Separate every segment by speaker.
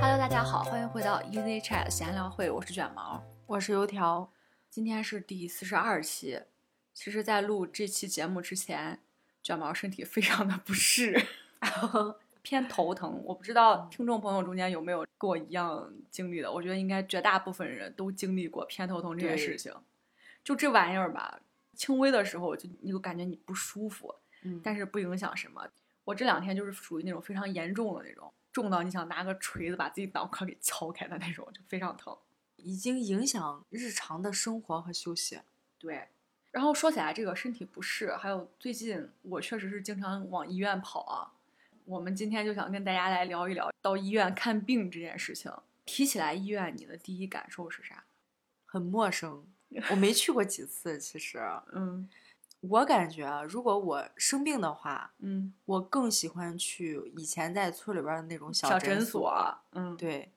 Speaker 1: Hello，大家好，欢迎回到 Easy Chat 闲聊会，我是卷毛，
Speaker 2: 我是油条。
Speaker 1: 今天是第四十二期。其实，在录这期节目之前，卷毛身体非常的不 适，偏头疼。我不知道听众朋友中间有没有跟我一样经历的，我觉得应该绝大部分人都经历过偏头疼这件事情。就这玩意儿吧，轻微的时候就你就感觉你不舒服，
Speaker 2: 嗯，
Speaker 1: 但是不影响什么。我这两天就是属于那种非常严重的那种，重到你想拿个锤子把自己脑壳给敲开的那种，就非常疼。
Speaker 2: 已经影响日常的生活和休息。
Speaker 1: 对，然后说起来这个身体不适，还有最近我确实是经常往医院跑啊。我们今天就想跟大家来聊一聊到医院看病这件事情。提起来医院，你的第一感受是啥？
Speaker 2: 很陌生，我没去过几次。其实，
Speaker 1: 嗯
Speaker 2: 我感觉啊如果我生病的话，
Speaker 1: 嗯，
Speaker 2: 我更喜欢去以前在村里边儿的那种
Speaker 1: 小
Speaker 2: 诊
Speaker 1: 诊所，嗯，，
Speaker 2: 对，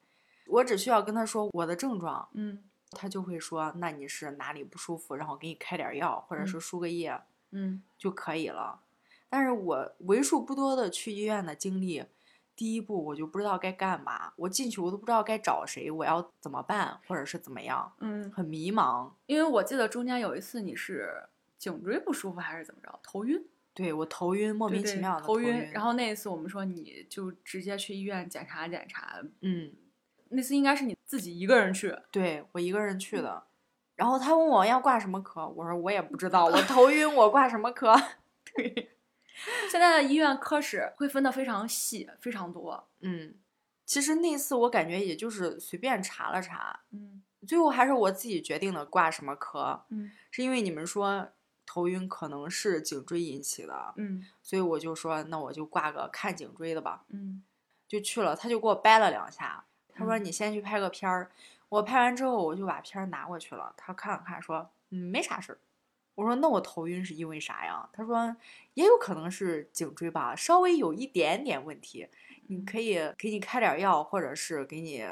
Speaker 2: 我只需要跟他说我的症状，
Speaker 1: 嗯
Speaker 2: 他就会说那你是哪里不舒服，然后给你开点儿药，或者
Speaker 1: 嗯
Speaker 2: 是输个液、
Speaker 1: 嗯
Speaker 2: 就可以了。但是我为数不多的去医院的经历，第一步我就不知道该干嘛，我进去我都不知道该找谁，我要怎么办，或者是怎么样，
Speaker 1: 嗯，
Speaker 2: 很迷茫。
Speaker 1: 因为我记得中间有一次你是颈椎不舒服还是怎么着，头晕，
Speaker 2: 对我头晕，莫
Speaker 1: 对
Speaker 2: 名其
Speaker 1: 对
Speaker 2: 妙的
Speaker 1: 头
Speaker 2: 晕。
Speaker 1: 然后那一次我们说你就直接去医院检查检查，
Speaker 2: 嗯，
Speaker 1: 那次应该是你自己一个人去，
Speaker 2: 对我一个人去的。然后他问我要挂什么科，我说我也不知道，我头晕，我挂什么 科？
Speaker 1: 现在的医院科室会分得非常细，非常多。
Speaker 2: 嗯，其实那次我感觉也就是随便查了查，
Speaker 1: 嗯
Speaker 2: 最后还是我自己决定的挂什么科，
Speaker 1: 嗯
Speaker 2: 是因为你们说头晕可能是颈椎引起的，
Speaker 1: 嗯
Speaker 2: 所以我就说那我就挂个看颈椎的吧，
Speaker 1: 嗯
Speaker 2: 就去了，他就给我掰了两下，他说
Speaker 1: 嗯
Speaker 2: 你先去拍个片儿，我拍完之后我就把片儿拿过去了，他看了看说嗯没啥事儿。我说那我头晕是因为啥呀？他说也有可能是颈椎吧，稍微有一点点问题，你可以给你开点儿药，或者是给你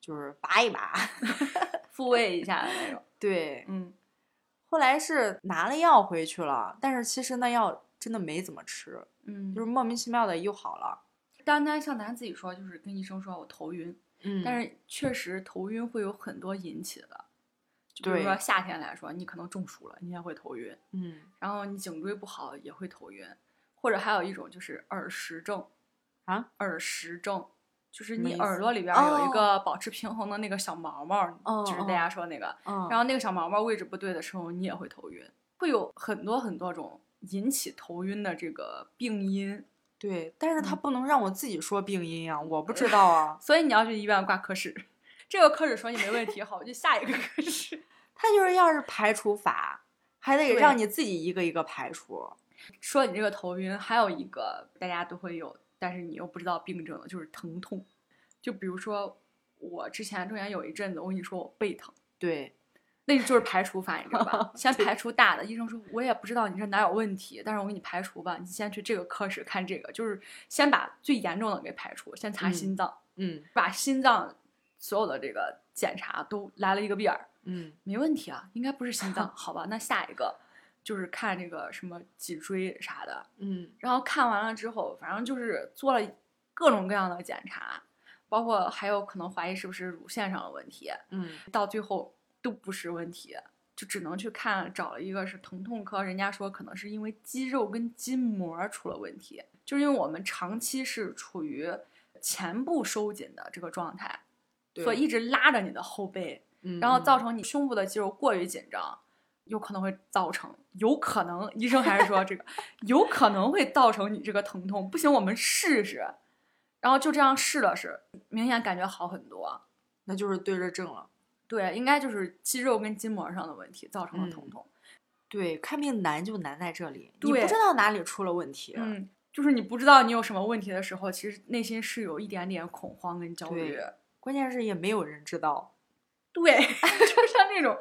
Speaker 2: 就是拔一拔。
Speaker 1: 复位一下的那种。
Speaker 2: 对，
Speaker 1: 嗯
Speaker 2: 后来是拿了药回去了，但是其实那药真的没怎么吃，
Speaker 1: 嗯就
Speaker 2: 就
Speaker 1: 是是
Speaker 2: 莫名其妙的又好了。
Speaker 1: 单单像咱自己说，就是跟医生说我头晕，
Speaker 2: 嗯
Speaker 1: 但是确实头晕会有很多引起的，就比如
Speaker 2: 对
Speaker 1: 说夏天来说，你可能中暑了，你也会头晕，
Speaker 2: 嗯
Speaker 1: 然后你颈椎不好也会头晕，或者还有一种就是耳石症
Speaker 2: 啊，
Speaker 1: 耳石症。就是
Speaker 2: 什么
Speaker 1: 你
Speaker 2: 意思
Speaker 1: 耳朵里边有一
Speaker 2: 哦
Speaker 1: 个保持平衡的那个小毛毛，
Speaker 2: 哦
Speaker 1: 就是大
Speaker 2: 哦
Speaker 1: 家说那个，
Speaker 2: 嗯，
Speaker 1: 然后那个小毛毛位置不对的时候，你也会头晕，会有很多很多种引起头晕的这个病因，
Speaker 2: 对，但是
Speaker 1: 嗯。
Speaker 2: 他不能让我自己说病因啊，我不知道啊
Speaker 1: 所以你要去医院挂科室。 这个科室说你没问题，好，我就下一个科室。
Speaker 2: 他就是要是排除法，还得
Speaker 1: 对
Speaker 2: 让你自己一个一个排除。
Speaker 1: 说你这个头晕，还有一个大家都会有，但是你又不知道病症的，就是疼痛。就比如说我之前中间有一阵子，我跟你说我背疼，
Speaker 2: 对，
Speaker 1: 那就是排除法，你知道吧？先排除大的，医生说我也不知道你这哪有问题，但是我给你排除吧，你先去这个科室看这个，就是先把最严重的给排除，先查
Speaker 2: 嗯
Speaker 1: 心脏，
Speaker 2: 嗯
Speaker 1: 把心脏所有的这个检查都来了一个遍儿，
Speaker 2: 嗯
Speaker 1: 没问题啊，应该不是心脏，好吧？那下一个就是看这个什么脊椎啥的，
Speaker 2: 嗯，
Speaker 1: 然后看完了之后，反正就是做了各种各样的检查，包括还有可能怀疑是不是乳腺上的问题，
Speaker 2: 嗯
Speaker 1: 到最后都不是问题，就只能去看找了一个是疼痛科，人家说可能是因为肌肉跟筋膜出了问题，就是因为我们长期是处于前部收紧的这个状态，
Speaker 2: 对
Speaker 1: 所以一直拉着你的后背，
Speaker 2: 嗯，
Speaker 1: 然后造
Speaker 2: 嗯
Speaker 1: 成你胸部的肌肉过于紧张。有可能会造成，有可能医生还是说这个有可能会造成你这个疼痛，不行我们试试，然后就这样试了试，明显感觉好很多。
Speaker 2: 那就是对着症了。
Speaker 1: 对，应该就是肌肉跟筋膜上的问题造成了疼
Speaker 2: 嗯
Speaker 1: 痛。
Speaker 2: 对，看病难就难在这里，你不
Speaker 1: 对
Speaker 2: 知道哪里出了问题。
Speaker 1: 嗯，就是你不知道你有什么问题的时候，其实内心是有一点点恐慌跟焦虑。
Speaker 2: 关键是也没有人知道。
Speaker 1: 对， 就像这种。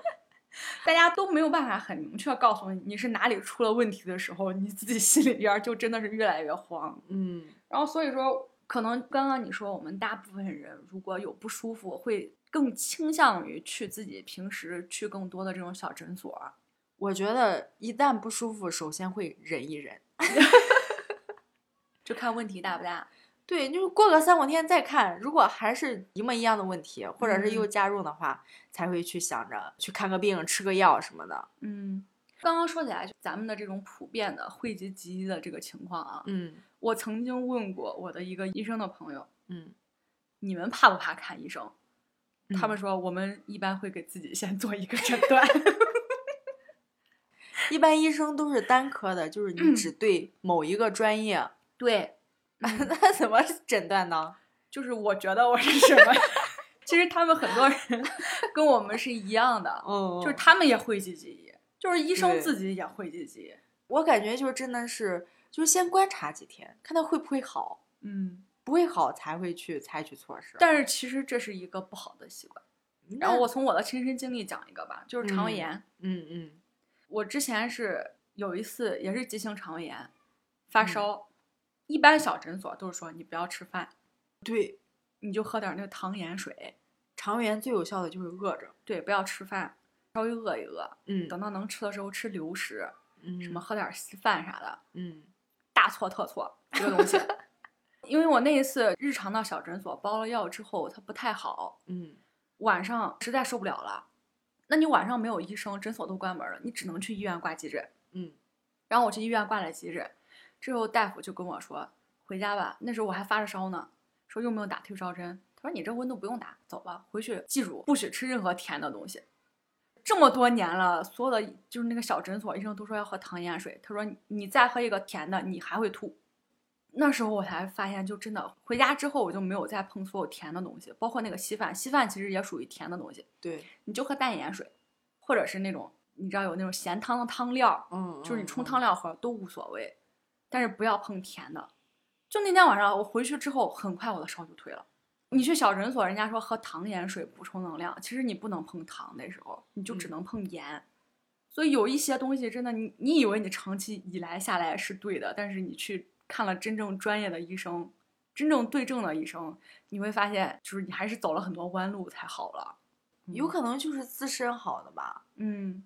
Speaker 1: 大家都没有办法很明确告诉你你是哪里出了问题的时候，你自己心里边儿就真的是越来越慌。
Speaker 2: 嗯
Speaker 1: 然后所以说，可能刚刚你说我们大部分人如果有不舒服，会更倾向于去自己平时去更多的这种小诊所儿。
Speaker 2: 我觉得一旦不舒服，首先会忍一忍。
Speaker 1: 就看问题大不大。
Speaker 2: 对，就是过个三五天再看，如果还是一模一样的问题，或者是又
Speaker 1: 嗯
Speaker 2: 加重的话，才会去想着去看个病、吃个药什么的。
Speaker 1: 嗯，刚刚说起来，就咱们的这种普遍的讳疾忌医的这个情况啊，
Speaker 2: 嗯
Speaker 1: 我曾经问过我的一个医生的朋友，
Speaker 2: 嗯，
Speaker 1: 你们怕不怕看医生？他
Speaker 2: 嗯
Speaker 1: 们说我们一般会给自己先做一个诊断。
Speaker 2: 一般医生都是单科的，就是你
Speaker 1: 嗯
Speaker 2: 只对某一个专业，
Speaker 1: 对，
Speaker 2: 那怎么诊断呢？
Speaker 1: 就是我觉得我是什么。 其实他们很多 人跟我们是一样的，
Speaker 2: 嗯
Speaker 1: 就是他们也讳疾忌医，就是医生
Speaker 2: 对
Speaker 1: 自己也讳疾忌医。
Speaker 2: 我感觉就是真的是，就是先观察几天，看他会不会好，
Speaker 1: 嗯，
Speaker 2: 不会好才会去采取措施。
Speaker 1: 但是其实这是一个不好的习惯。然后
Speaker 2: 那
Speaker 1: 我从我的亲身经历讲一个吧，就是肠胃
Speaker 2: 嗯
Speaker 1: 炎。
Speaker 2: 嗯嗯
Speaker 1: 我之前是有一次也是急性肠胃炎，发
Speaker 2: 嗯
Speaker 1: 烧，一般小诊所都是说你不要吃饭，
Speaker 2: 对，
Speaker 1: 你就喝点那个糖盐水，
Speaker 2: 肠胃炎最有效的就是饿着，
Speaker 1: 对，不要吃饭，稍微饿一饿，
Speaker 2: 嗯，
Speaker 1: 等到能吃的时候吃流食，
Speaker 2: 嗯
Speaker 1: 什么喝点稀饭啥的，
Speaker 2: 嗯
Speaker 1: 大错特错这个东西。因为我那一次日常到小诊所包了药之后，它不太好，
Speaker 2: 嗯
Speaker 1: 晚上实在受不了了。那你晚上没有医生，诊所都关门了，你只能去医院挂急诊。
Speaker 2: 嗯
Speaker 1: 然后我去医院挂了急诊，之后大夫就跟我说回家吧。那时候我还发着烧呢，说用不用打退烧针？他说你这温度不用打，走吧，回去记住不许吃任何甜的东西。这么多年了，所有的就是那个小诊所医生都说要喝糖盐水，他说你你再喝一个甜的，你还会吐。那时候我才发现，就真的回家之后我就没有再碰所有甜的东西，包括那个稀饭，稀饭其实也属于甜的东西，
Speaker 2: 对，
Speaker 1: 你就喝淡盐水，或者是那种你知道有那种咸汤的汤料儿，
Speaker 2: 嗯
Speaker 1: 就是你冲
Speaker 2: 嗯
Speaker 1: 汤料喝都无所谓，但是不要碰甜的。就那天晚上我回去之后，很快我的烧就退了。你去小诊所，人家说喝糖盐水补充能量，其实你不能碰糖，那时候你就只
Speaker 2: 嗯
Speaker 1: 能碰盐。所以有一些东西真的，你你以为你长期以来下来是对的，但是你去看了真正专业的医生，真正对症的医生，你会发现就是你还是走了很多弯路才好了。
Speaker 2: 有
Speaker 1: 嗯
Speaker 2: 可能就是自身好的吧，
Speaker 1: 嗯，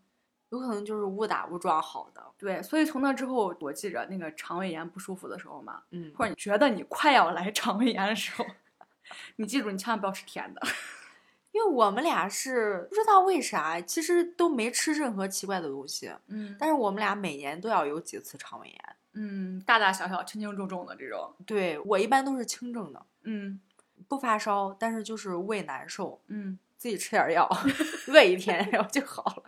Speaker 2: 有可能就是误打误撞好的，
Speaker 1: 对，所以从那之后，我记着那个肠胃炎不舒服的时候嘛，
Speaker 2: 嗯
Speaker 1: 或者你觉得你快要来肠胃炎的时候， 你记住，你千万不要吃甜的。
Speaker 2: 因为我们俩是不知道为啥，其实都没吃任何奇怪的东西，
Speaker 1: 嗯
Speaker 2: 但是我们俩每年都要有几次肠胃炎。
Speaker 1: 嗯，大大小小、轻轻重重的这种，
Speaker 2: 对我一般都是轻症的，
Speaker 1: 嗯
Speaker 2: 不发烧，但是就是胃难受，
Speaker 1: 嗯，
Speaker 2: 自己吃点儿药， 饿一天然后就好了。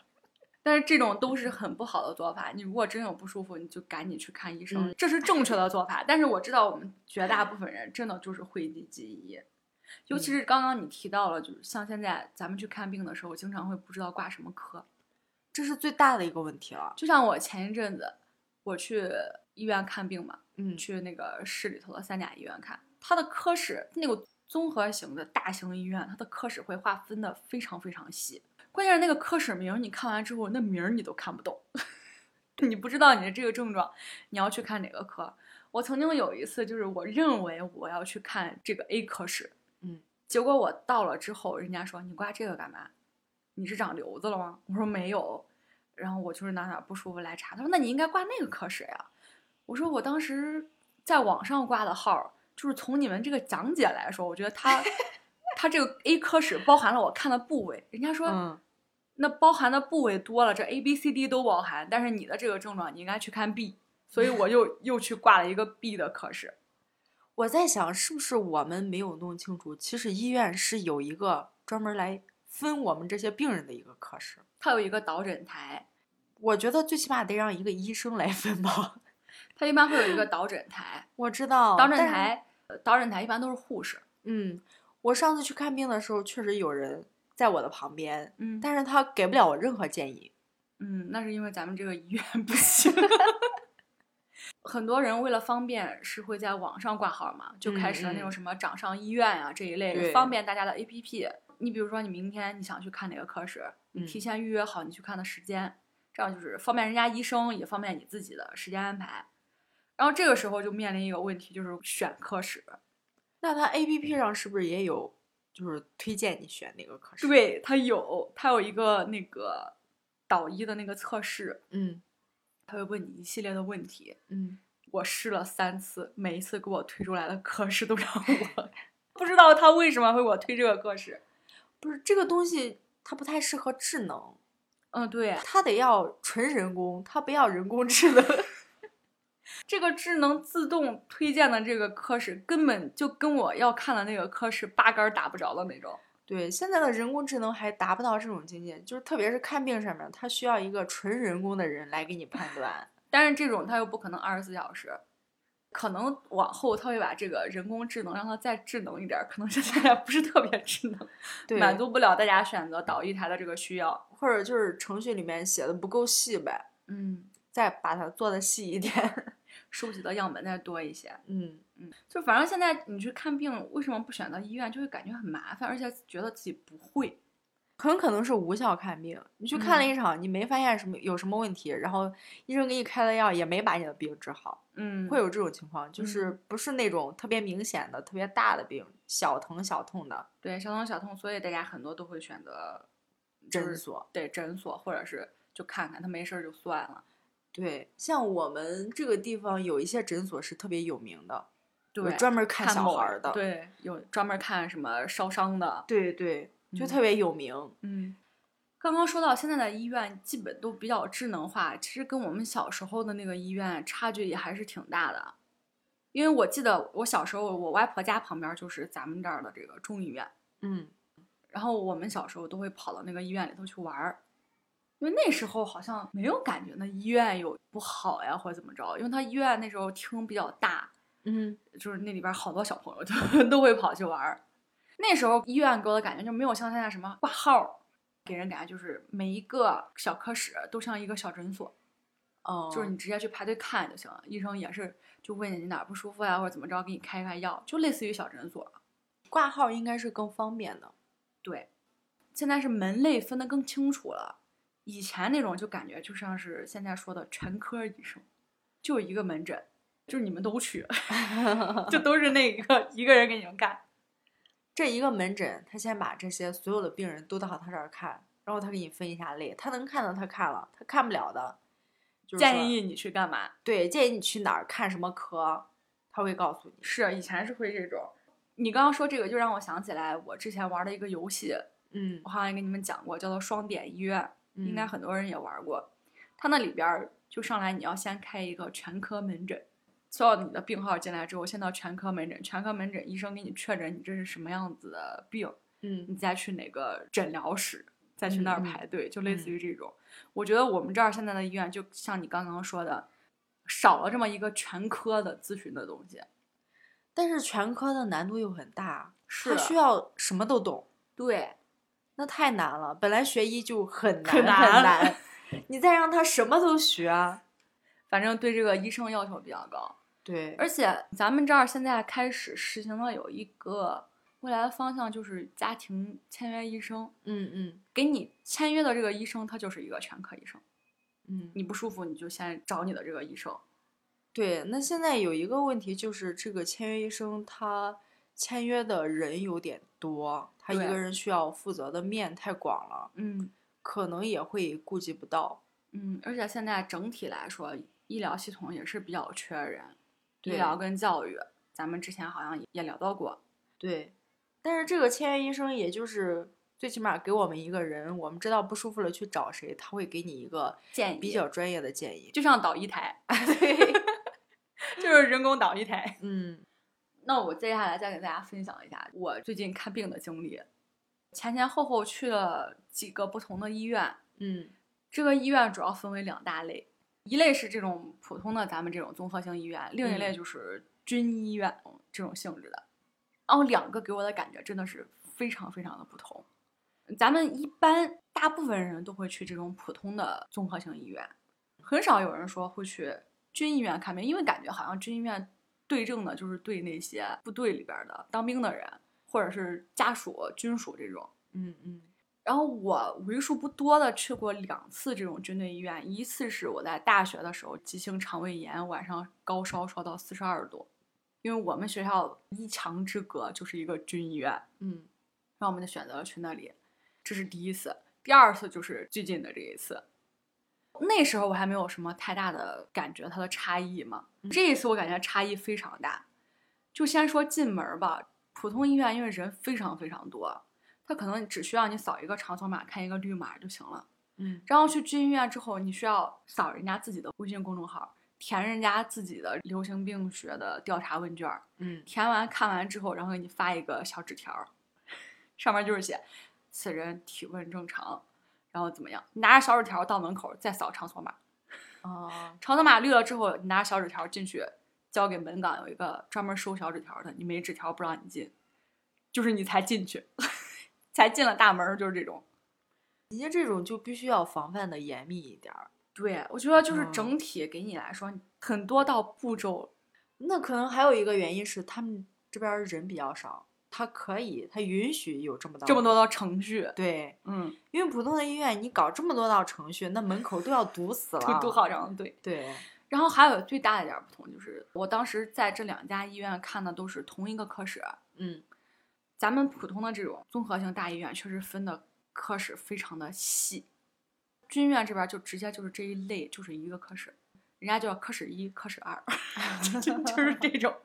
Speaker 1: 但是这种都是很不好的做法。你如果真有不舒服，你就赶紧去看医生，
Speaker 2: 嗯
Speaker 1: 这是正确的做法。但是我知道我们绝大部分人真的就是讳疾忌医。尤其是刚刚你提到了，就是像现在咱们去看病的时候，经常会不知道挂什么科。
Speaker 2: 这是最大的一个问题了。
Speaker 1: 就像我前一阵子我去医院看病嘛，
Speaker 2: 嗯
Speaker 1: 去那个市里头的三甲医院看，它的科室那个综合型的大型医院，它的科室会划分的非常非常细。关键是那个科室名儿，你看完之后，那名儿你都看不懂， 你不知道你的这个症状，你要去看哪个科。我曾经有一次，就是我认为我要去看这个 A 科室，
Speaker 2: 嗯，
Speaker 1: 结果我到了之后，人家说你挂这个干嘛？你是长瘤子了吗？我说没有，然后我就是哪哪不舒服来查，他说那你应该挂那个科室呀、我说我当时在网上挂的号儿，就是从你们这个讲解来说，我觉得它它这个 A 科室包含了我看的部位，人家说、
Speaker 2: 嗯，
Speaker 1: 那包含的部位多了，这 A、B、C、D 都包含，但是你的这个症状你应该去看 B，所以我又又去挂了一个 B 的科室。
Speaker 2: 我在想是不是我们没有弄清楚，其实医院是有一个专门来分我们这些病人的一个科室。
Speaker 1: 它有一个导诊台，
Speaker 2: 我觉得最起码得让一个医生来分吧。
Speaker 1: 它一般会有一个导诊台，
Speaker 2: 我知道
Speaker 1: 导诊，
Speaker 2: 哦但是
Speaker 1: 台呃导诊台一般都是护士，
Speaker 2: 嗯，我上次去看病的时候，确实有人在我的旁边，
Speaker 1: 嗯但
Speaker 2: 但是他给不了我任何建议。
Speaker 1: 嗯，那是因为咱们这个医院不行。 很多人为了方便是会在网上挂号嘛，就开始了那
Speaker 2: 嗯嗯
Speaker 1: 种什么掌上医院啊这一类的
Speaker 2: 对
Speaker 1: 方便大家的 APP。你比如说，你明天你想去看哪个科室，你
Speaker 2: 嗯
Speaker 1: 提前预约好你去看的时间，这样就是方便人家医生，也方便你自己的时间安排。然后这个时候就面临一个问题，就是选科室。
Speaker 2: 那他 A P P 上是不是也有，就是推荐你选哪个科室？，
Speaker 1: 对，它有它有一个那个导医的那个测试，
Speaker 2: 嗯
Speaker 1: 它会问你一系列的问题，
Speaker 2: 嗯
Speaker 1: 我试了三次，每一次给我推出来的课时都让我不知道他为什么会给我推这个课时。
Speaker 2: 不是这个东西，它不太适合智能，
Speaker 1: 嗯，对，
Speaker 2: 它得要纯人工，它不要人工智能。
Speaker 1: 这个智能自动推荐的这个课时，根本就跟我要看的那个课时八竿儿打不着的那种。
Speaker 2: 对，现在的人工智能还达不到这种境界，就是特别是看病上面，它需要一个纯人工的人来给你判断。
Speaker 1: 但是这种它又不可能二十四小时，可能往后它会把这个人工智能让它再智能一点儿，可能现在不是特别智能，
Speaker 2: 对，
Speaker 1: 满足不了大家选择导医台的这个需要。
Speaker 2: 或者就是程序里面写的不够细呗，
Speaker 1: 嗯，
Speaker 2: 再把它做的细一点。
Speaker 1: 收集的样本再多一些。
Speaker 2: 嗯，
Speaker 1: 嗯，就反正现在你去看病，为什么不选择医院？就会感觉很麻烦，而且觉得自己不会。
Speaker 2: 很可能是无效看病。你去
Speaker 1: 嗯
Speaker 2: 看了一场，你没发现什么有什么问题，然后医生给你开的药也没把你的病治好，
Speaker 1: 嗯
Speaker 2: 会有这种情况，就是不是那种特别明显的、特别大的病，小疼小痛的
Speaker 1: 对小痛小痛，所以大家很多都会选择就是
Speaker 2: 诊所。
Speaker 1: 对诊所，或者是就看看他没事儿就算了。
Speaker 2: 对，像我们这个地方有一些诊所是特别有名的，有
Speaker 1: 对，
Speaker 2: 专门看小
Speaker 1: 某
Speaker 2: 孩儿的，
Speaker 1: 对，有专门看什么烧伤的，
Speaker 2: 对对，就
Speaker 1: 嗯
Speaker 2: 特别有名。
Speaker 1: 嗯。刚刚说到现在的医院基本都比较智能化，其实跟我们小时候的那个医院差距也还是挺大的。因为我记得我小时候，我外婆家旁边就是咱们这儿的这个中医院，
Speaker 2: 嗯，
Speaker 1: 然后我们小时候都会跑到那个医院里头去玩儿，因为那时候好像没有感觉那医院有不好呀或者怎么着，因为他医院那时候厅比较大，
Speaker 2: 嗯，
Speaker 1: 就是那里边儿好多小朋友就 都会跑去玩儿。那时候医院给我的感觉就没有像现在什么挂号儿，给人感觉就是每一个小科室都像一个小诊所，
Speaker 2: 哦，
Speaker 1: 就是你直接去排队看就行了。医生也是就问你哪儿不舒服呀、或者怎么着，给你开开药，就类似于小诊所。
Speaker 2: 挂号应该是更方便的。
Speaker 1: 对，现在是门类分得更清楚了。以前那种就感觉就像是现在说的全科医生，就是一个门诊，就是你们都 去，就都是那个一个人给你们干。
Speaker 2: 这一个门诊，他先把这些所有的病人都到他这儿看，然后他给你分一下类，他能看的他看了，他看不了的，就是说
Speaker 1: 建议你去干嘛？
Speaker 2: 对建议你去哪儿看什么科，他会告诉你。
Speaker 1: 是以前是会这种。你刚刚说这个，就让我想起来我之前玩的一个游戏，
Speaker 2: 嗯
Speaker 1: 我，好像也跟你们讲过，叫做双点医院，应该
Speaker 2: 嗯
Speaker 1: 很多人也玩过。它那里边儿就上来你要先开一个全科门诊，所有你的病号进来之后，先到全科门诊，全科门诊医生给你确诊你这是什么样子的病，你
Speaker 2: 嗯
Speaker 1: 再去哪个诊疗室，再去那儿
Speaker 2: 嗯嗯
Speaker 1: 排队，就类似
Speaker 2: 嗯
Speaker 1: 于这种。我觉得我们这儿现在的医院，就像你刚刚说的，少了这么一个全科的咨询的东西。
Speaker 2: 但是全科的难度又很大，
Speaker 1: 是
Speaker 2: 他需要什么都懂，
Speaker 1: 对，
Speaker 2: 那太难了。本来学医就很难
Speaker 1: 很
Speaker 2: 很
Speaker 1: 难
Speaker 2: 你再让他什么都学，啊
Speaker 1: 反正对这个医生要求比较高，
Speaker 2: 对，
Speaker 1: 而且咱们这儿现在开始实行了有一个未来的方向，就是家庭签约医生。
Speaker 2: 嗯嗯
Speaker 1: 给你签约的这个医生，他就是一个全科医生。
Speaker 2: 嗯，
Speaker 1: 你不舒服，你就先找你的这个医生。
Speaker 2: 对，那现在有一个问题就是，这个签约医生他签约的人有点多，他一
Speaker 1: 对
Speaker 2: 个人需要负责的面太广了，
Speaker 1: 嗯
Speaker 2: 可能也会顾及不到。
Speaker 1: 嗯，而且现在整体来说，医疗系统也是比较缺人，医
Speaker 2: 对
Speaker 1: 疗跟教育，咱们之前好像也聊到过。
Speaker 2: 对，但是这个签约医生也就是最起码给我们一个人，我们知道不舒服了去找谁，他会给你一个
Speaker 1: 建议
Speaker 2: 比较专业的建议。
Speaker 1: 就像导医台， 就是人工导医台。
Speaker 2: 嗯
Speaker 1: 那我接下来再给大家分享一下我最近看病的经历。前前后后去了几个不同的医院，
Speaker 2: 嗯
Speaker 1: 这个医院主要分为两大类，一类是这种普通的咱们这种综合性医院，另一类
Speaker 2: 嗯
Speaker 1: 就是军医院这种性质的。然后两个给我的感觉真的是非常非常的不同。咱们一般大部分人都会去这种普通的综合性医院，很少有人说会去军医院看病，因为感觉好像军医院对症的就是对那些部队里边儿的当兵的人，或者是家属、军属这种。
Speaker 2: 嗯嗯
Speaker 1: 然后我为数不多的去过两次这种军队医院，一次是我在大学的时候急性肠胃炎，晚上高烧烧到四十二度，因为我们学校一墙之隔就是一个军医院，
Speaker 2: 嗯
Speaker 1: 然后我们就选择了去那里，这是第一次。第二次就是最近的这一次，那时候我还没有什么太大的感觉它的差异嘛，这一次我感觉差异非常大。就先说进门儿吧，普通医院因为人非常非常多，它可能只需要你扫一个长条码，看一个绿码就行了。
Speaker 2: 嗯，
Speaker 1: 然后去军医院之后，你需要扫人家自己的微信公众号，填人家自己的流行病学的调查问卷儿，
Speaker 2: 嗯
Speaker 1: 填完看完之后，然后给你发一个小纸条儿，上面就是写此人体温正常，然后怎么样？拿着小纸条儿到门口再扫场所码，
Speaker 2: 哦，
Speaker 1: 场所码绿了之后，你拿着小纸条儿进去，交给门岗有一个专门收小纸条儿的，你没纸条儿不让你进，就是你才进去， 才进了大门儿就是这种。
Speaker 2: 人家这种就必须要防范的严密一点儿。
Speaker 1: 对，我觉得就是
Speaker 2: 嗯
Speaker 1: 整体给你来说，很多道步骤
Speaker 2: 那可能还有一个原因是他们这边儿人比较少，他可以，他允许有这么道
Speaker 1: 这么多
Speaker 2: 的
Speaker 1: 道程序，
Speaker 2: 对，
Speaker 1: 嗯，
Speaker 2: 因为普通的医院你搞这么多道程序，那门口都要堵死
Speaker 1: 都
Speaker 2: 了，
Speaker 1: 多好长对。
Speaker 2: 对，
Speaker 1: 然后还有最大的一点不同就是，我当时在这两家医院看的都是同一个科室，
Speaker 2: 嗯
Speaker 1: 咱们普通的这种综合性大医院确实分的科室非常的细，军院这边就直接就是这一类就是一个科室，人家叫科室一、科室二， 就就是这种，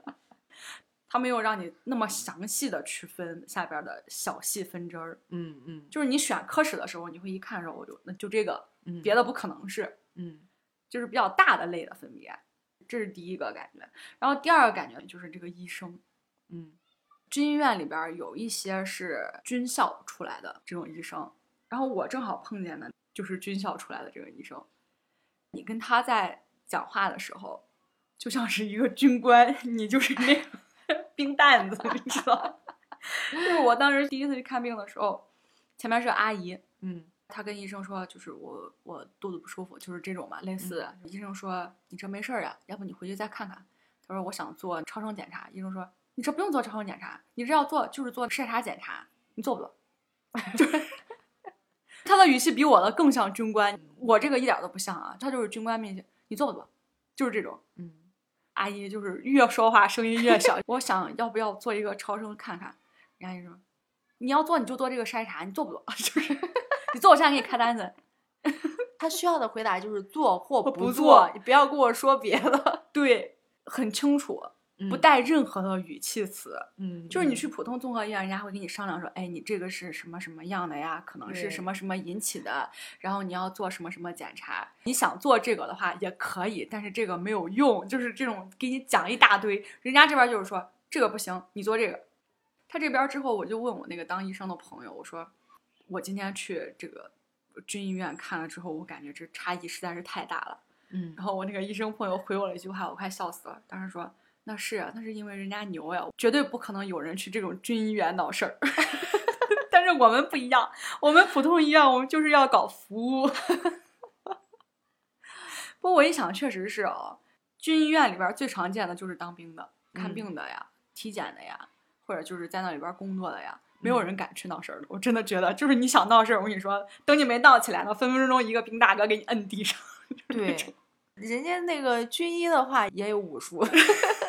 Speaker 1: 他没有让你那么详细的区分下边的小细分支儿，
Speaker 2: 嗯嗯，
Speaker 1: 就是你选科室的时候，你会一看说，我哦就那就这个，
Speaker 2: 嗯
Speaker 1: 别的不可能是，
Speaker 2: 嗯
Speaker 1: 就是比较大的类的分别，这是第一个感觉。然后第二个感觉就是这个医生，
Speaker 2: 嗯
Speaker 1: 军医院里边儿有一些是军校出来的这种医生，然后我正好碰见的就是军校出来的这个医生，你跟他在讲话的时候，就像是一个军官，你就是那个兵蛋子，你知道吗？ 就是我当时第一次去看病的时候，前面是个阿姨，
Speaker 2: 嗯
Speaker 1: 他跟医生说，就是我我肚子不舒服，就是这种嘛，类似的。医生说你这没事儿呀，啊要不你回去再看看。他说我想做超声检查，医生说你这不用做超声检查，你这要做就是做筛查检查，你做不 做？就是 他的语气比我的更像军官，我这个一点儿都不像啊，他就是军官面前你做不做，就是这种。
Speaker 2: 嗯
Speaker 1: 阿姨就是越说话声音越小。我想要不要做一个超声看看？人家就说你要做你就做这个筛查，你做不 做？就是你做，我现在给你开单子。
Speaker 2: 他需要的回答就是做或
Speaker 1: 不
Speaker 2: 不
Speaker 1: 做
Speaker 2: 你不要跟我说别的，
Speaker 1: 对，很清楚，不
Speaker 2: 嗯，
Speaker 1: 带任何的语气词。
Speaker 2: 嗯，
Speaker 1: 就是你
Speaker 2: 嗯
Speaker 1: 去普通综合医院，人家会跟你商量说，哎，你这个是什么什么样的呀？可能是
Speaker 2: 对
Speaker 1: 什么什么引起的，然后你要做什么什么检查。你想做这个的话也可以，但是这个没有用，就是这种给你讲一大堆。人家这边就是说这个不行，你做这个。他这边之后，我就问我那个当医生的朋友，我说我今天去这个军医院看了之后，我感觉这差异实在是太大了。
Speaker 2: 嗯
Speaker 1: 然后我那个医生朋友回我了一句话，我快笑死了。当时说那是啊，那是因为人家牛呀，绝对不可能有人去这种军医院闹事儿。 但是我们不一样，我们普通医院，我们就是要搞服务。 不过我一想，确实是哦，军医院里边儿最常见的就是当兵的、看
Speaker 2: 嗯
Speaker 1: 病的呀、体检的呀，或者就是在那里边儿工作的呀。没
Speaker 2: 嗯
Speaker 1: 有人敢去闹事儿的，我真的觉得，就是你想闹事儿，我跟你说，等你没闹起来呢，分分钟一个兵大哥给你摁地上。就是那
Speaker 2: 对
Speaker 1: 种，
Speaker 2: 人家那个军医的话也有 武术，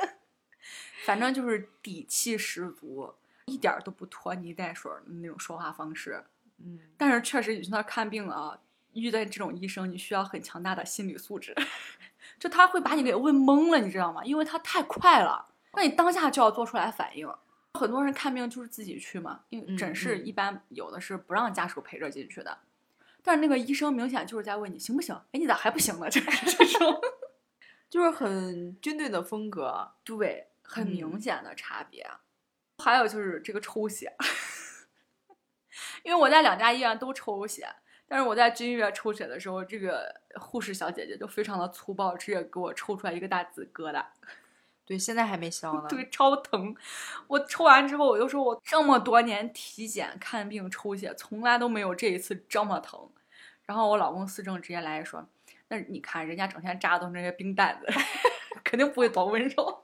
Speaker 1: 反正就是底气十足，一点儿都不拖泥带水儿的那种说话方式。
Speaker 2: 嗯，
Speaker 1: 但是确实，你去那儿看病啊，遇到这种医生，你需要很强大的心理素质， 就他会把你给问懵了，你知道吗？因为他太快了，那你当下就要做出来反应。很多人看病就是自己去嘛，因为
Speaker 2: 嗯
Speaker 1: 诊室
Speaker 2: 嗯
Speaker 1: 一般有的是不让家属陪着进去的，但是那个医生明显就是在问你行不行？哎，你咋还不行呢？ 就是这种，
Speaker 2: 就是很军队的风格，
Speaker 1: 对，很明
Speaker 2: 嗯
Speaker 1: 显的差别。还有就是这个抽血， 因为我在两家医院都抽血，但是我在军医院抽血的时候，这个护士小姐姐就非常的粗暴，直接给我抽出来一个大紫疙瘩，
Speaker 2: 对，现在还没消呢，
Speaker 1: 嗯对，超疼。我抽完之后，我就说我这么多年体检、看病、抽血，从来都没有这一次这么疼。然后我老公思政直接来说：“那你看人家整天扎的都是那些冰蛋子， 肯定不会多温柔。”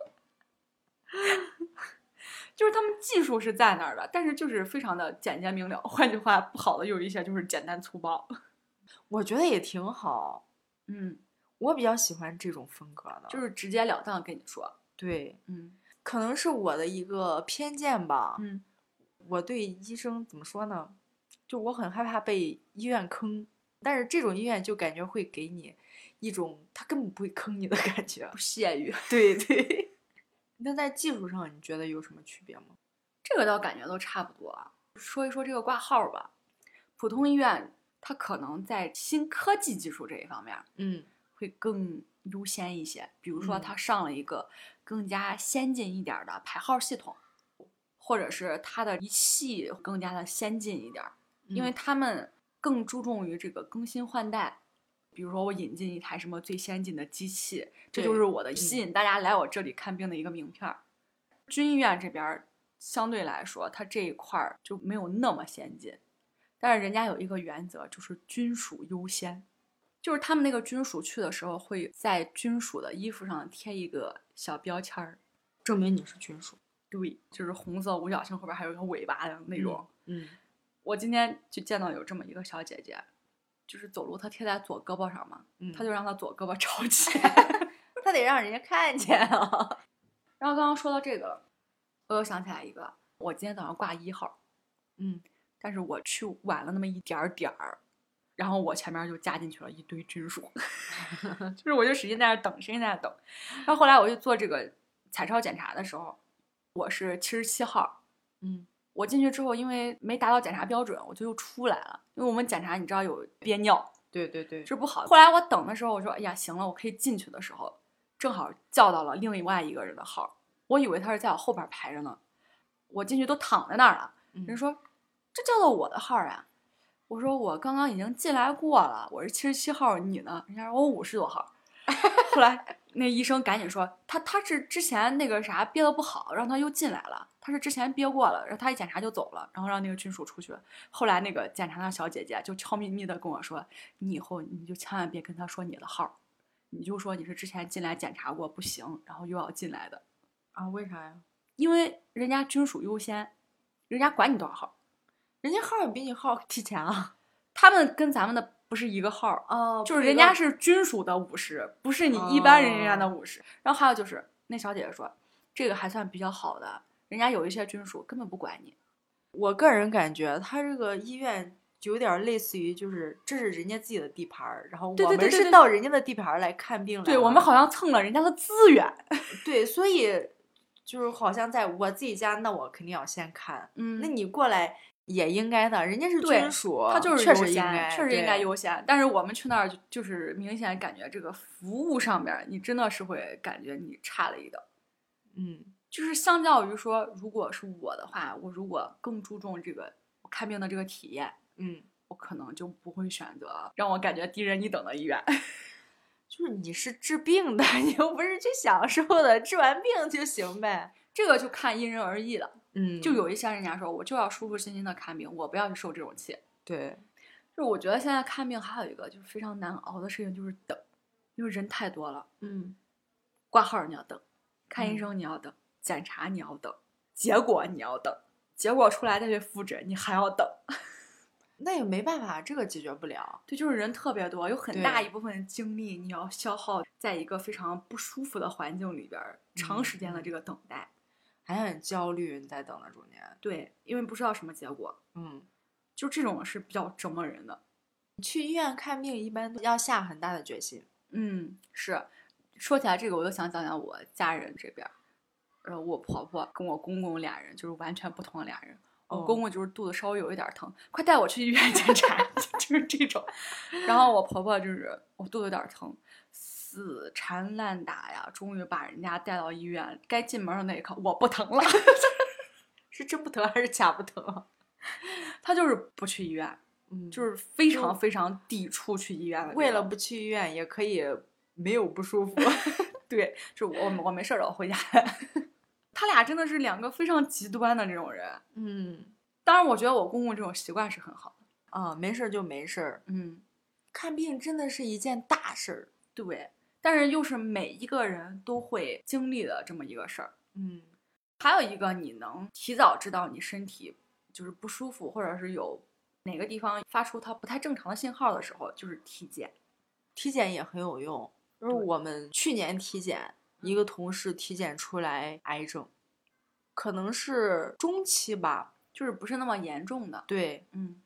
Speaker 1: 就是他们技术是在那儿的，但是就是非常的简洁明了。换句话，不好的有一些就是简单粗暴。
Speaker 2: 我觉得也挺好，
Speaker 1: 嗯，
Speaker 2: 我比较喜欢这种风格 的，
Speaker 1: 就是直截了当跟你说。
Speaker 2: 对，
Speaker 1: 嗯
Speaker 2: 可能是我的一个偏见吧，
Speaker 1: 嗯，
Speaker 2: 我对医生怎么说呢？就我很害怕被医院坑，但是这种医院就感觉会给你一种他根本不会坑你的感觉
Speaker 1: 不。屑于。
Speaker 2: 对对。那在技术上，你觉得有什么区别吗？
Speaker 1: 这个倒感觉都差不多啊。说一说这个挂号吧，普通医院它可能在新科技技术这一方面
Speaker 2: 嗯
Speaker 1: 会更优先一些，比如说
Speaker 2: 嗯
Speaker 1: 它上了一个更加先进一点儿的排号系统，或者是它的仪器更加的先进一点儿，因为
Speaker 2: 嗯
Speaker 1: 他们更注重于这个更新换代。比如说，我引进一台什么最先进的机器，这就
Speaker 2: 对
Speaker 1: 是我的吸引大家来我这里看病的一个名片儿。军医院这边儿相对来说，它这一块儿就没有那么先进，但是人家有一个原则，就是军属优先，就是他们那个军属去的时候会在军属的衣服上贴一个小标签儿，
Speaker 2: 证明你是军属
Speaker 1: 对，就是红色五角星后边还有一个尾巴的那种。。
Speaker 2: 嗯
Speaker 1: 我今天就见到有这么一个小姐姐，就是走路她贴在左胳膊上嘛，
Speaker 2: 嗯，
Speaker 1: 她就让她左胳膊朝前。
Speaker 2: 他得让人家看见啊。
Speaker 1: 然后刚刚说到这个了，我又想起来一个，我今天早上挂一号，
Speaker 2: 嗯，
Speaker 1: 但是我去晚了那么一点儿点儿，然后我前面就加进去了一堆军属， 就是我就使劲在那儿等，使劲在那儿等。然后后来我去做这个彩超检查的时候，我是七十七号，
Speaker 2: 嗯
Speaker 1: 我进去之后因为没达到检查标准，我就又出来了，因为我们检查你知道有憋尿，，
Speaker 2: 对对对，
Speaker 1: 这不好。后来我等的时候，我说哎呀行了，我可以进去的时候，正好叫到了另外一个人的号，我以为他是在我后边排着呢，我进去都躺在那儿了。人
Speaker 2: 人说
Speaker 1: 说这叫做我的号儿啊。我说我刚刚已经进来过了，我是七十七号，你呢？人家说我五十多号。后来那医生赶紧说他他是之前那个啥憋得不好，让他又进来了。他是之前憋过了，然后他一检查就走了，然后让那个军属出去了。后来那个检查的小姐姐就悄咪咪的跟我说：“你以后你就千万别跟他说你的号儿，你就说你是之前进来检查过不行，然后又要进来的，
Speaker 2: 啊，为啥呀？
Speaker 1: 因为人家军属优先，人家管你多少号儿。”
Speaker 2: 人家号也比你号提前啊。
Speaker 1: 他们跟咱们的不是一个号儿，
Speaker 2: 哦
Speaker 1: 就是人家是军属的五十，不是你一般人家的五
Speaker 2: 哦
Speaker 1: 十。然后还有就是那小姐姐说，这个还算比较好的，人家有一些军属根本不管你。
Speaker 2: 我个人感觉，他这个医院就有点类似于，就是这是人家自己的地盘儿，然后
Speaker 1: 对
Speaker 2: 我
Speaker 1: 对对
Speaker 2: 们
Speaker 1: 对
Speaker 2: 是
Speaker 1: 对
Speaker 2: 到人家的地盘儿来看病来
Speaker 1: 对
Speaker 2: 了
Speaker 1: 我们好像蹭了人家的资源，
Speaker 2: 对，所以就是好像在我自己家，那我肯定要先看，
Speaker 1: 嗯
Speaker 2: 那你过来也应该的，人家是
Speaker 1: 对
Speaker 2: 军属，
Speaker 1: 他就是
Speaker 2: 确
Speaker 1: 优
Speaker 2: 实应
Speaker 1: 先，
Speaker 2: 该，
Speaker 1: 确实应该
Speaker 2: 对。
Speaker 1: 优先。但是我们去那儿就就是明显感觉这个服务上面儿，你真的是会感觉你差了一等。
Speaker 2: 嗯
Speaker 1: 就是相较于说，如果是我的话，我如果更注重这个我看病的这个体验，
Speaker 2: 嗯，
Speaker 1: 我可能就不会选择让我感觉低人一等的医院。
Speaker 2: 就是你是治病的， 你又不是去享受的，治完病就行呗。
Speaker 1: 这个就看因人而异了。
Speaker 2: 嗯
Speaker 1: 就有一些人家说，我就要舒舒心心的看病，我不要去受这种气。
Speaker 2: 对，
Speaker 1: 就是我觉得现在看病还有一个就是非常难熬的事情，就是等，因为人太多了，
Speaker 2: 嗯，
Speaker 1: 挂号儿你要等，看医
Speaker 2: 嗯
Speaker 1: 生你要等，检查你要等，结果你要等，结果出来再去复诊你还要等。
Speaker 2: 那也没办法，这个解决不了。
Speaker 1: 对，就是人特别多，有很大
Speaker 2: 对
Speaker 1: 一部分精力你要消耗在一个非常不舒服的环境里边儿，长时间的
Speaker 2: 嗯
Speaker 1: 这个等待。
Speaker 2: 还很焦虑，你在等的中间，
Speaker 1: 对，因为不知道什么结果，
Speaker 2: 嗯，
Speaker 1: 就这种是比较折磨人的。
Speaker 2: 去医院看病一般要下很大的决心，
Speaker 1: 嗯，是。说起来这个，我又想讲讲我家人这边儿，呃，我婆婆跟我公公俩人就是完全不同的俩人。我
Speaker 2: 哦
Speaker 1: 公公就是肚子稍微有一点儿疼，快带我去医院检查， 就是这种。然后我婆婆就是我肚子有点儿疼，死缠烂打呀，终于把人家带到医院，该进门儿的那一刻我不疼了，
Speaker 2: 是真不 疼还是假不疼？
Speaker 1: 她就是不去医院，
Speaker 2: 嗯，啊
Speaker 1: 就是是非
Speaker 2: 就
Speaker 1: 常非常抵触去医院的这
Speaker 2: 为
Speaker 1: 种
Speaker 2: 了不去医院也可以没有不舒 服。
Speaker 1: 对，就我我没事儿了，我回家。 他俩真的是两个非常极端的这种人。
Speaker 2: 嗯，
Speaker 1: 当然，我觉得我公公这种习惯是很好的。
Speaker 2: 啊，没事儿就没事儿，
Speaker 1: 嗯，
Speaker 2: 看病真的是一件大事儿。
Speaker 1: 对。但是又是每一个人都会经历的这么一个事儿。
Speaker 2: 嗯
Speaker 1: 还有一个，你能提早知道你身体就是不舒服，或者是有哪个地方发出它不太正常的信号的时候，就是体检。，
Speaker 2: 体检也很有用，就是
Speaker 1: 对
Speaker 2: 我们去年体检，一个同事体检出来癌症，可能是中期吧，
Speaker 1: 就是不是那么严重的，
Speaker 2: 对，
Speaker 1: 嗯，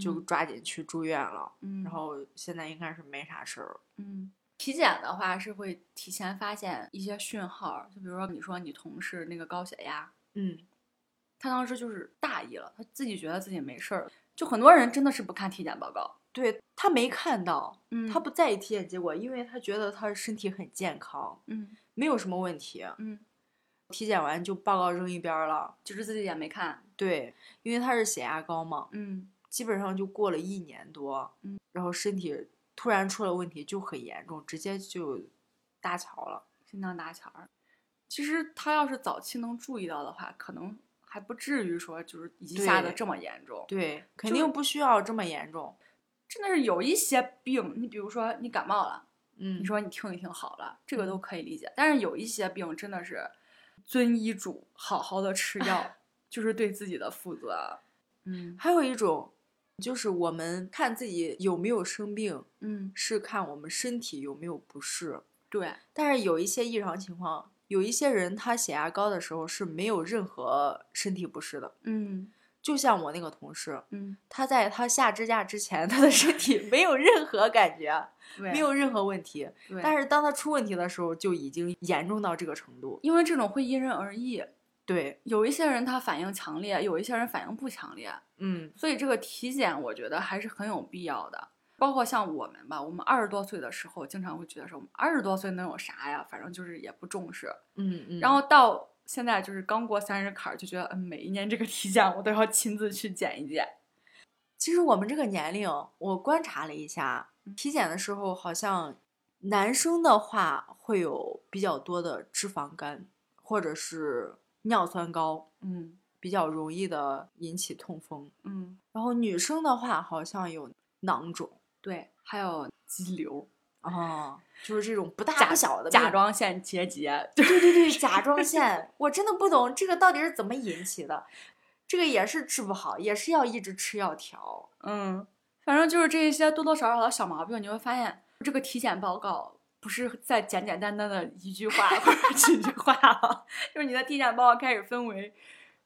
Speaker 2: 就
Speaker 1: 嗯
Speaker 2: 抓紧去住院了。
Speaker 1: 嗯
Speaker 2: 然后现在应该是没啥事儿了。
Speaker 1: 嗯，体检的话是会提前发现一些讯号，就比如说你说你同事那个高血压，
Speaker 2: 嗯，
Speaker 1: 他当时就是大意了，他自己觉得自己没事儿，就很多人真的是不看体检报告，
Speaker 2: 对他没看到，
Speaker 1: 嗯
Speaker 2: 他不在意体检结果，因为他觉得他身体很健康，
Speaker 1: 嗯
Speaker 2: 没有什么问题。
Speaker 1: 嗯，
Speaker 2: 体检完就报告扔一边儿了。
Speaker 1: 就是自己也没看，
Speaker 2: 对，因为他是血压高嘛，
Speaker 1: 嗯
Speaker 2: 基本上就过了一年多，
Speaker 1: 嗯，
Speaker 2: 然后身体突然出了问题，就很严重，直接就搭桥了。
Speaker 1: 心脏搭桥儿。其实他要是早期能注意到的话，可能还不至于说就是一下子
Speaker 2: 对
Speaker 1: 这么严重。
Speaker 2: 对，肯
Speaker 1: 就
Speaker 2: 定不需要这么严重。
Speaker 1: 真的是有一些病，你比如说你感冒了，
Speaker 2: 嗯，
Speaker 1: 你说你听一听好了，这个都
Speaker 2: 嗯
Speaker 1: 可以理解。但是有一些病真的是遵医嘱，好好的吃 药，就是对自己的负责。嗯
Speaker 2: 还有一种就是我们看自己有没有生病，
Speaker 1: 嗯，
Speaker 2: 是看我们身体有没有不适。
Speaker 1: 对，
Speaker 2: 但是有一些异常情况，有一些人他血压高的时候是没有任何身体不适的，
Speaker 1: 嗯
Speaker 2: 就像我那个同事，
Speaker 1: 嗯，
Speaker 2: 他在他下支架之前，他的身体没有任何感觉，
Speaker 1: 对，
Speaker 2: 没有任何问题。
Speaker 1: 对，
Speaker 2: 但是当他出问题的时候，就已经严重到这个程度。
Speaker 1: 因为这种会因人而异，
Speaker 2: 对，
Speaker 1: 有一些人他反应强烈，有一些人反应不强烈，
Speaker 2: 嗯
Speaker 1: 所以这个体检我觉得还是很有必要的。包括像我们吧，我们二十多岁的时候，经常会觉得说，我们二十多岁能有啥呀？反正就是也不重视。
Speaker 2: 嗯嗯。
Speaker 1: 然后到现在就是刚过三十坎儿，就觉得嗯，每一年这个体检我都要亲自去检一检。
Speaker 2: 其实我们这个年龄，我观察了一下
Speaker 1: 嗯，
Speaker 2: 体检的时候好像男生的话会有比较多的脂肪肝，或者是尿酸高，
Speaker 1: 嗯
Speaker 2: 比较容易的引起痛风。
Speaker 1: 嗯，
Speaker 2: 然后女生的话好像有囊肿
Speaker 1: 对，还有肌瘤、
Speaker 2: 啊，就是这种不大
Speaker 1: 甲
Speaker 2: 不小的
Speaker 1: 甲
Speaker 2: 病
Speaker 1: 状腺结节，对，
Speaker 2: 对对对，甲状腺，我真的不懂这个到底是怎么引起的，这个也是治不好，也是要一直吃药调。
Speaker 1: 嗯，反正就是这一些多多少少的小毛病，你会发现这个体检报告。不是在简简单单的一句话 或者几句话了，就是你的体检报告开始分为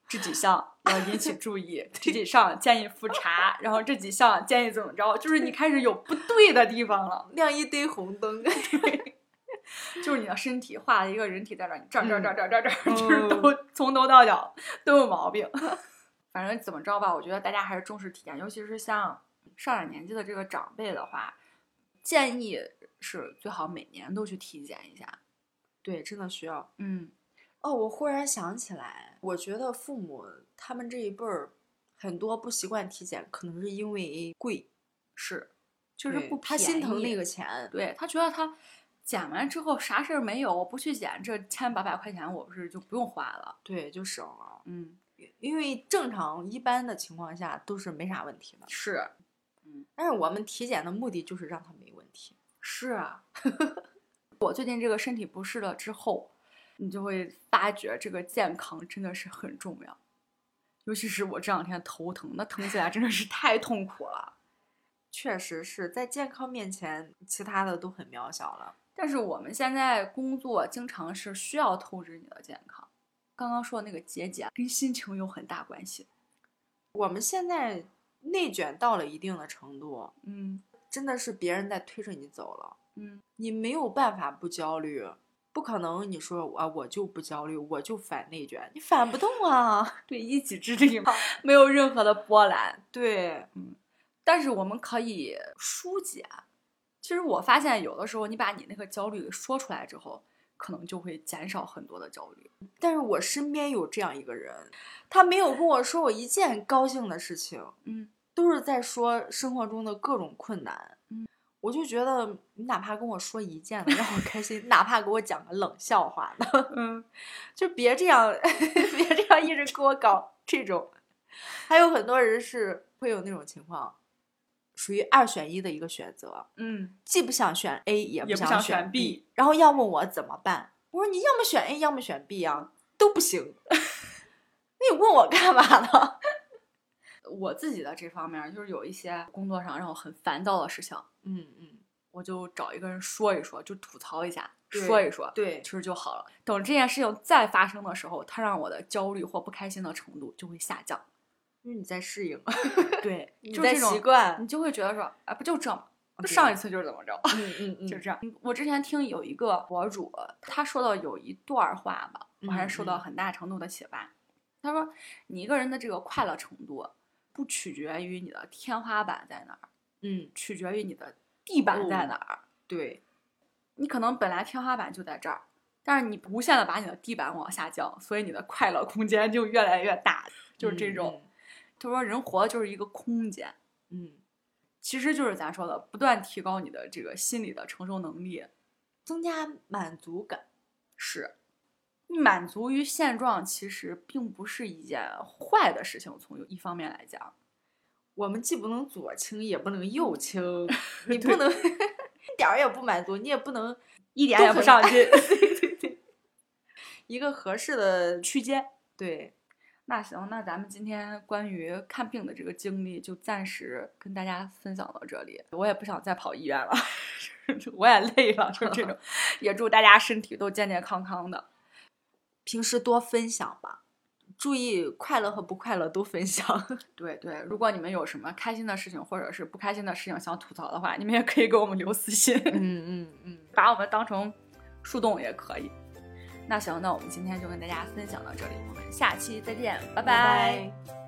Speaker 1: 这几项要引起注意，这几项建议复查，然后这几项建议怎么着，就是你开始有不对的地方了。
Speaker 2: 亮一堆红灯，
Speaker 1: 就是你的身体画了一个人体在这儿，你这儿这儿这儿这儿这儿这儿，
Speaker 2: 嗯
Speaker 1: 就是都从头到脚都有毛病。 反正怎么着吧，我觉得大家还是重视体检，尤其是像上点年纪的这个长辈的话，建议是最好每年都去体检一下。
Speaker 2: 对，真的需要。
Speaker 1: 嗯
Speaker 2: 哦，我忽然想起来，我觉得父母他们这一辈儿很多不习惯体检，可能是因为贵，
Speaker 1: 是，就
Speaker 2: 就是是
Speaker 1: 不
Speaker 2: 不他心
Speaker 1: 便
Speaker 2: 疼
Speaker 1: 宜
Speaker 2: 那个，钱。
Speaker 1: 对他觉得他检完之后啥事儿没有，我不去检，这千八百块钱我不是就不用花了。
Speaker 2: 对，就省了，
Speaker 1: 嗯，
Speaker 2: 因为正常一般的情况下都是没啥问题的。
Speaker 1: 是
Speaker 2: 但是我们体检的目的就是让他没问题。
Speaker 1: 是啊， 我最近这个身体不适了之后，你就会发觉这个健康真的是很重要，尤其是我这两天头疼，那疼起来真的是太痛苦了。
Speaker 2: 确实是在健康面前，其他的都很渺小了。
Speaker 1: 但是我们现在工作经常是需要透支你的健康，刚刚说的那个结节跟心情有很大关系。
Speaker 2: 我们现在内卷到了一定的程度，
Speaker 1: 嗯
Speaker 2: 真的是别人在推着你走了，
Speaker 1: 嗯
Speaker 2: 你没有办法不焦虑，不可能你说啊我就不焦虑，我就反内卷，你反不动啊。
Speaker 1: 对，一己之力嘛没有任何的波澜，
Speaker 2: 对，
Speaker 1: 但是我们可以疏解。其实我发现，有的时候你把你那个焦虑给说出来之后，可能就会减少很多的焦虑。
Speaker 2: 但是我身边有这样一个人，他没有跟我说我一件高兴的事情，
Speaker 1: 嗯
Speaker 2: 都是在说生活中的各种困难。
Speaker 1: 嗯，
Speaker 2: 我就觉得你哪怕跟我说一件的让我 开心，哪怕给我讲个冷笑话呢，
Speaker 1: 嗯，
Speaker 2: 就别这样， 别这样一直给我搞这种。还有很多人是会有那种情况，属于二选一的一个选择，
Speaker 1: 嗯，
Speaker 2: 既不想选 A，也
Speaker 1: 也不想
Speaker 2: 想
Speaker 1: 选 B
Speaker 2: B，然后要问我怎么办，我说你要么选 A，要么选 B 啊，都不行。 那你问我干嘛呢？
Speaker 1: 我自己的这方面儿就是有一些工作上让我很烦躁的事情，
Speaker 2: 嗯嗯，
Speaker 1: 我就找一个人说一说，就吐槽一下，说一说，
Speaker 2: 对
Speaker 1: 其实就好了。 等这件事情再发生的时候，它让我的焦虑或不开心的程度就会下降。
Speaker 2: 因为你在适应，
Speaker 1: 对，
Speaker 2: 你
Speaker 1: 就
Speaker 2: 在
Speaker 1: 这种
Speaker 2: 习惯，嗯
Speaker 1: 你就会觉得说，哎，不就这么，就
Speaker 2: 对
Speaker 1: 上一次就是怎么着，
Speaker 2: 嗯嗯嗯，
Speaker 1: 就这样。我之前听有一个博主，他说到有一段儿话吧，我还是受到
Speaker 2: 嗯嗯
Speaker 1: 很大程度的启发。他说，你一个人的这个快乐程度，不取决于你的天花板在哪儿，
Speaker 2: 嗯，
Speaker 1: 取决于你的地板在
Speaker 2: 哦
Speaker 1: 哪儿。
Speaker 2: 对，
Speaker 1: 你可能本来天花板就在这儿，但是你无限的把你的地板往下降，所以你的快乐空间就越来越大，就是这种。他说，人活的就是一个空间。
Speaker 2: 嗯，嗯，
Speaker 1: 其实就是咱说的，不断提高你的这个心理的承受能力，
Speaker 2: 增加满足感，
Speaker 1: 是你满足于现状，其实并不是一件坏的事情。从一方面来讲，
Speaker 2: 我们既不能左倾，也不能右倾， 你
Speaker 1: 对
Speaker 2: 不能一点儿也不满足，你也不能
Speaker 1: 一点
Speaker 2: 都
Speaker 1: 也不
Speaker 2: 很。
Speaker 1: 上进
Speaker 2: 对对对，一个合适的区间，对，
Speaker 1: 那行，那咱们今天关于看病的这个经历就暂时跟大家分享到这里。我也不想再跑医院了， 我也累了，就这种。也祝大家身体都健健康康的。
Speaker 2: 平时多分享吧，注意快乐和不快乐都分享。
Speaker 1: 对对，如果你们有什么开心的事情或者是不开心的事情想吐槽的话，你们也可以给我们留私信。
Speaker 2: 嗯嗯嗯，
Speaker 1: 把我们当成树洞也可以。那行，那我们今天就跟大家分享到这里，我们下期再见，拜
Speaker 2: 拜拜。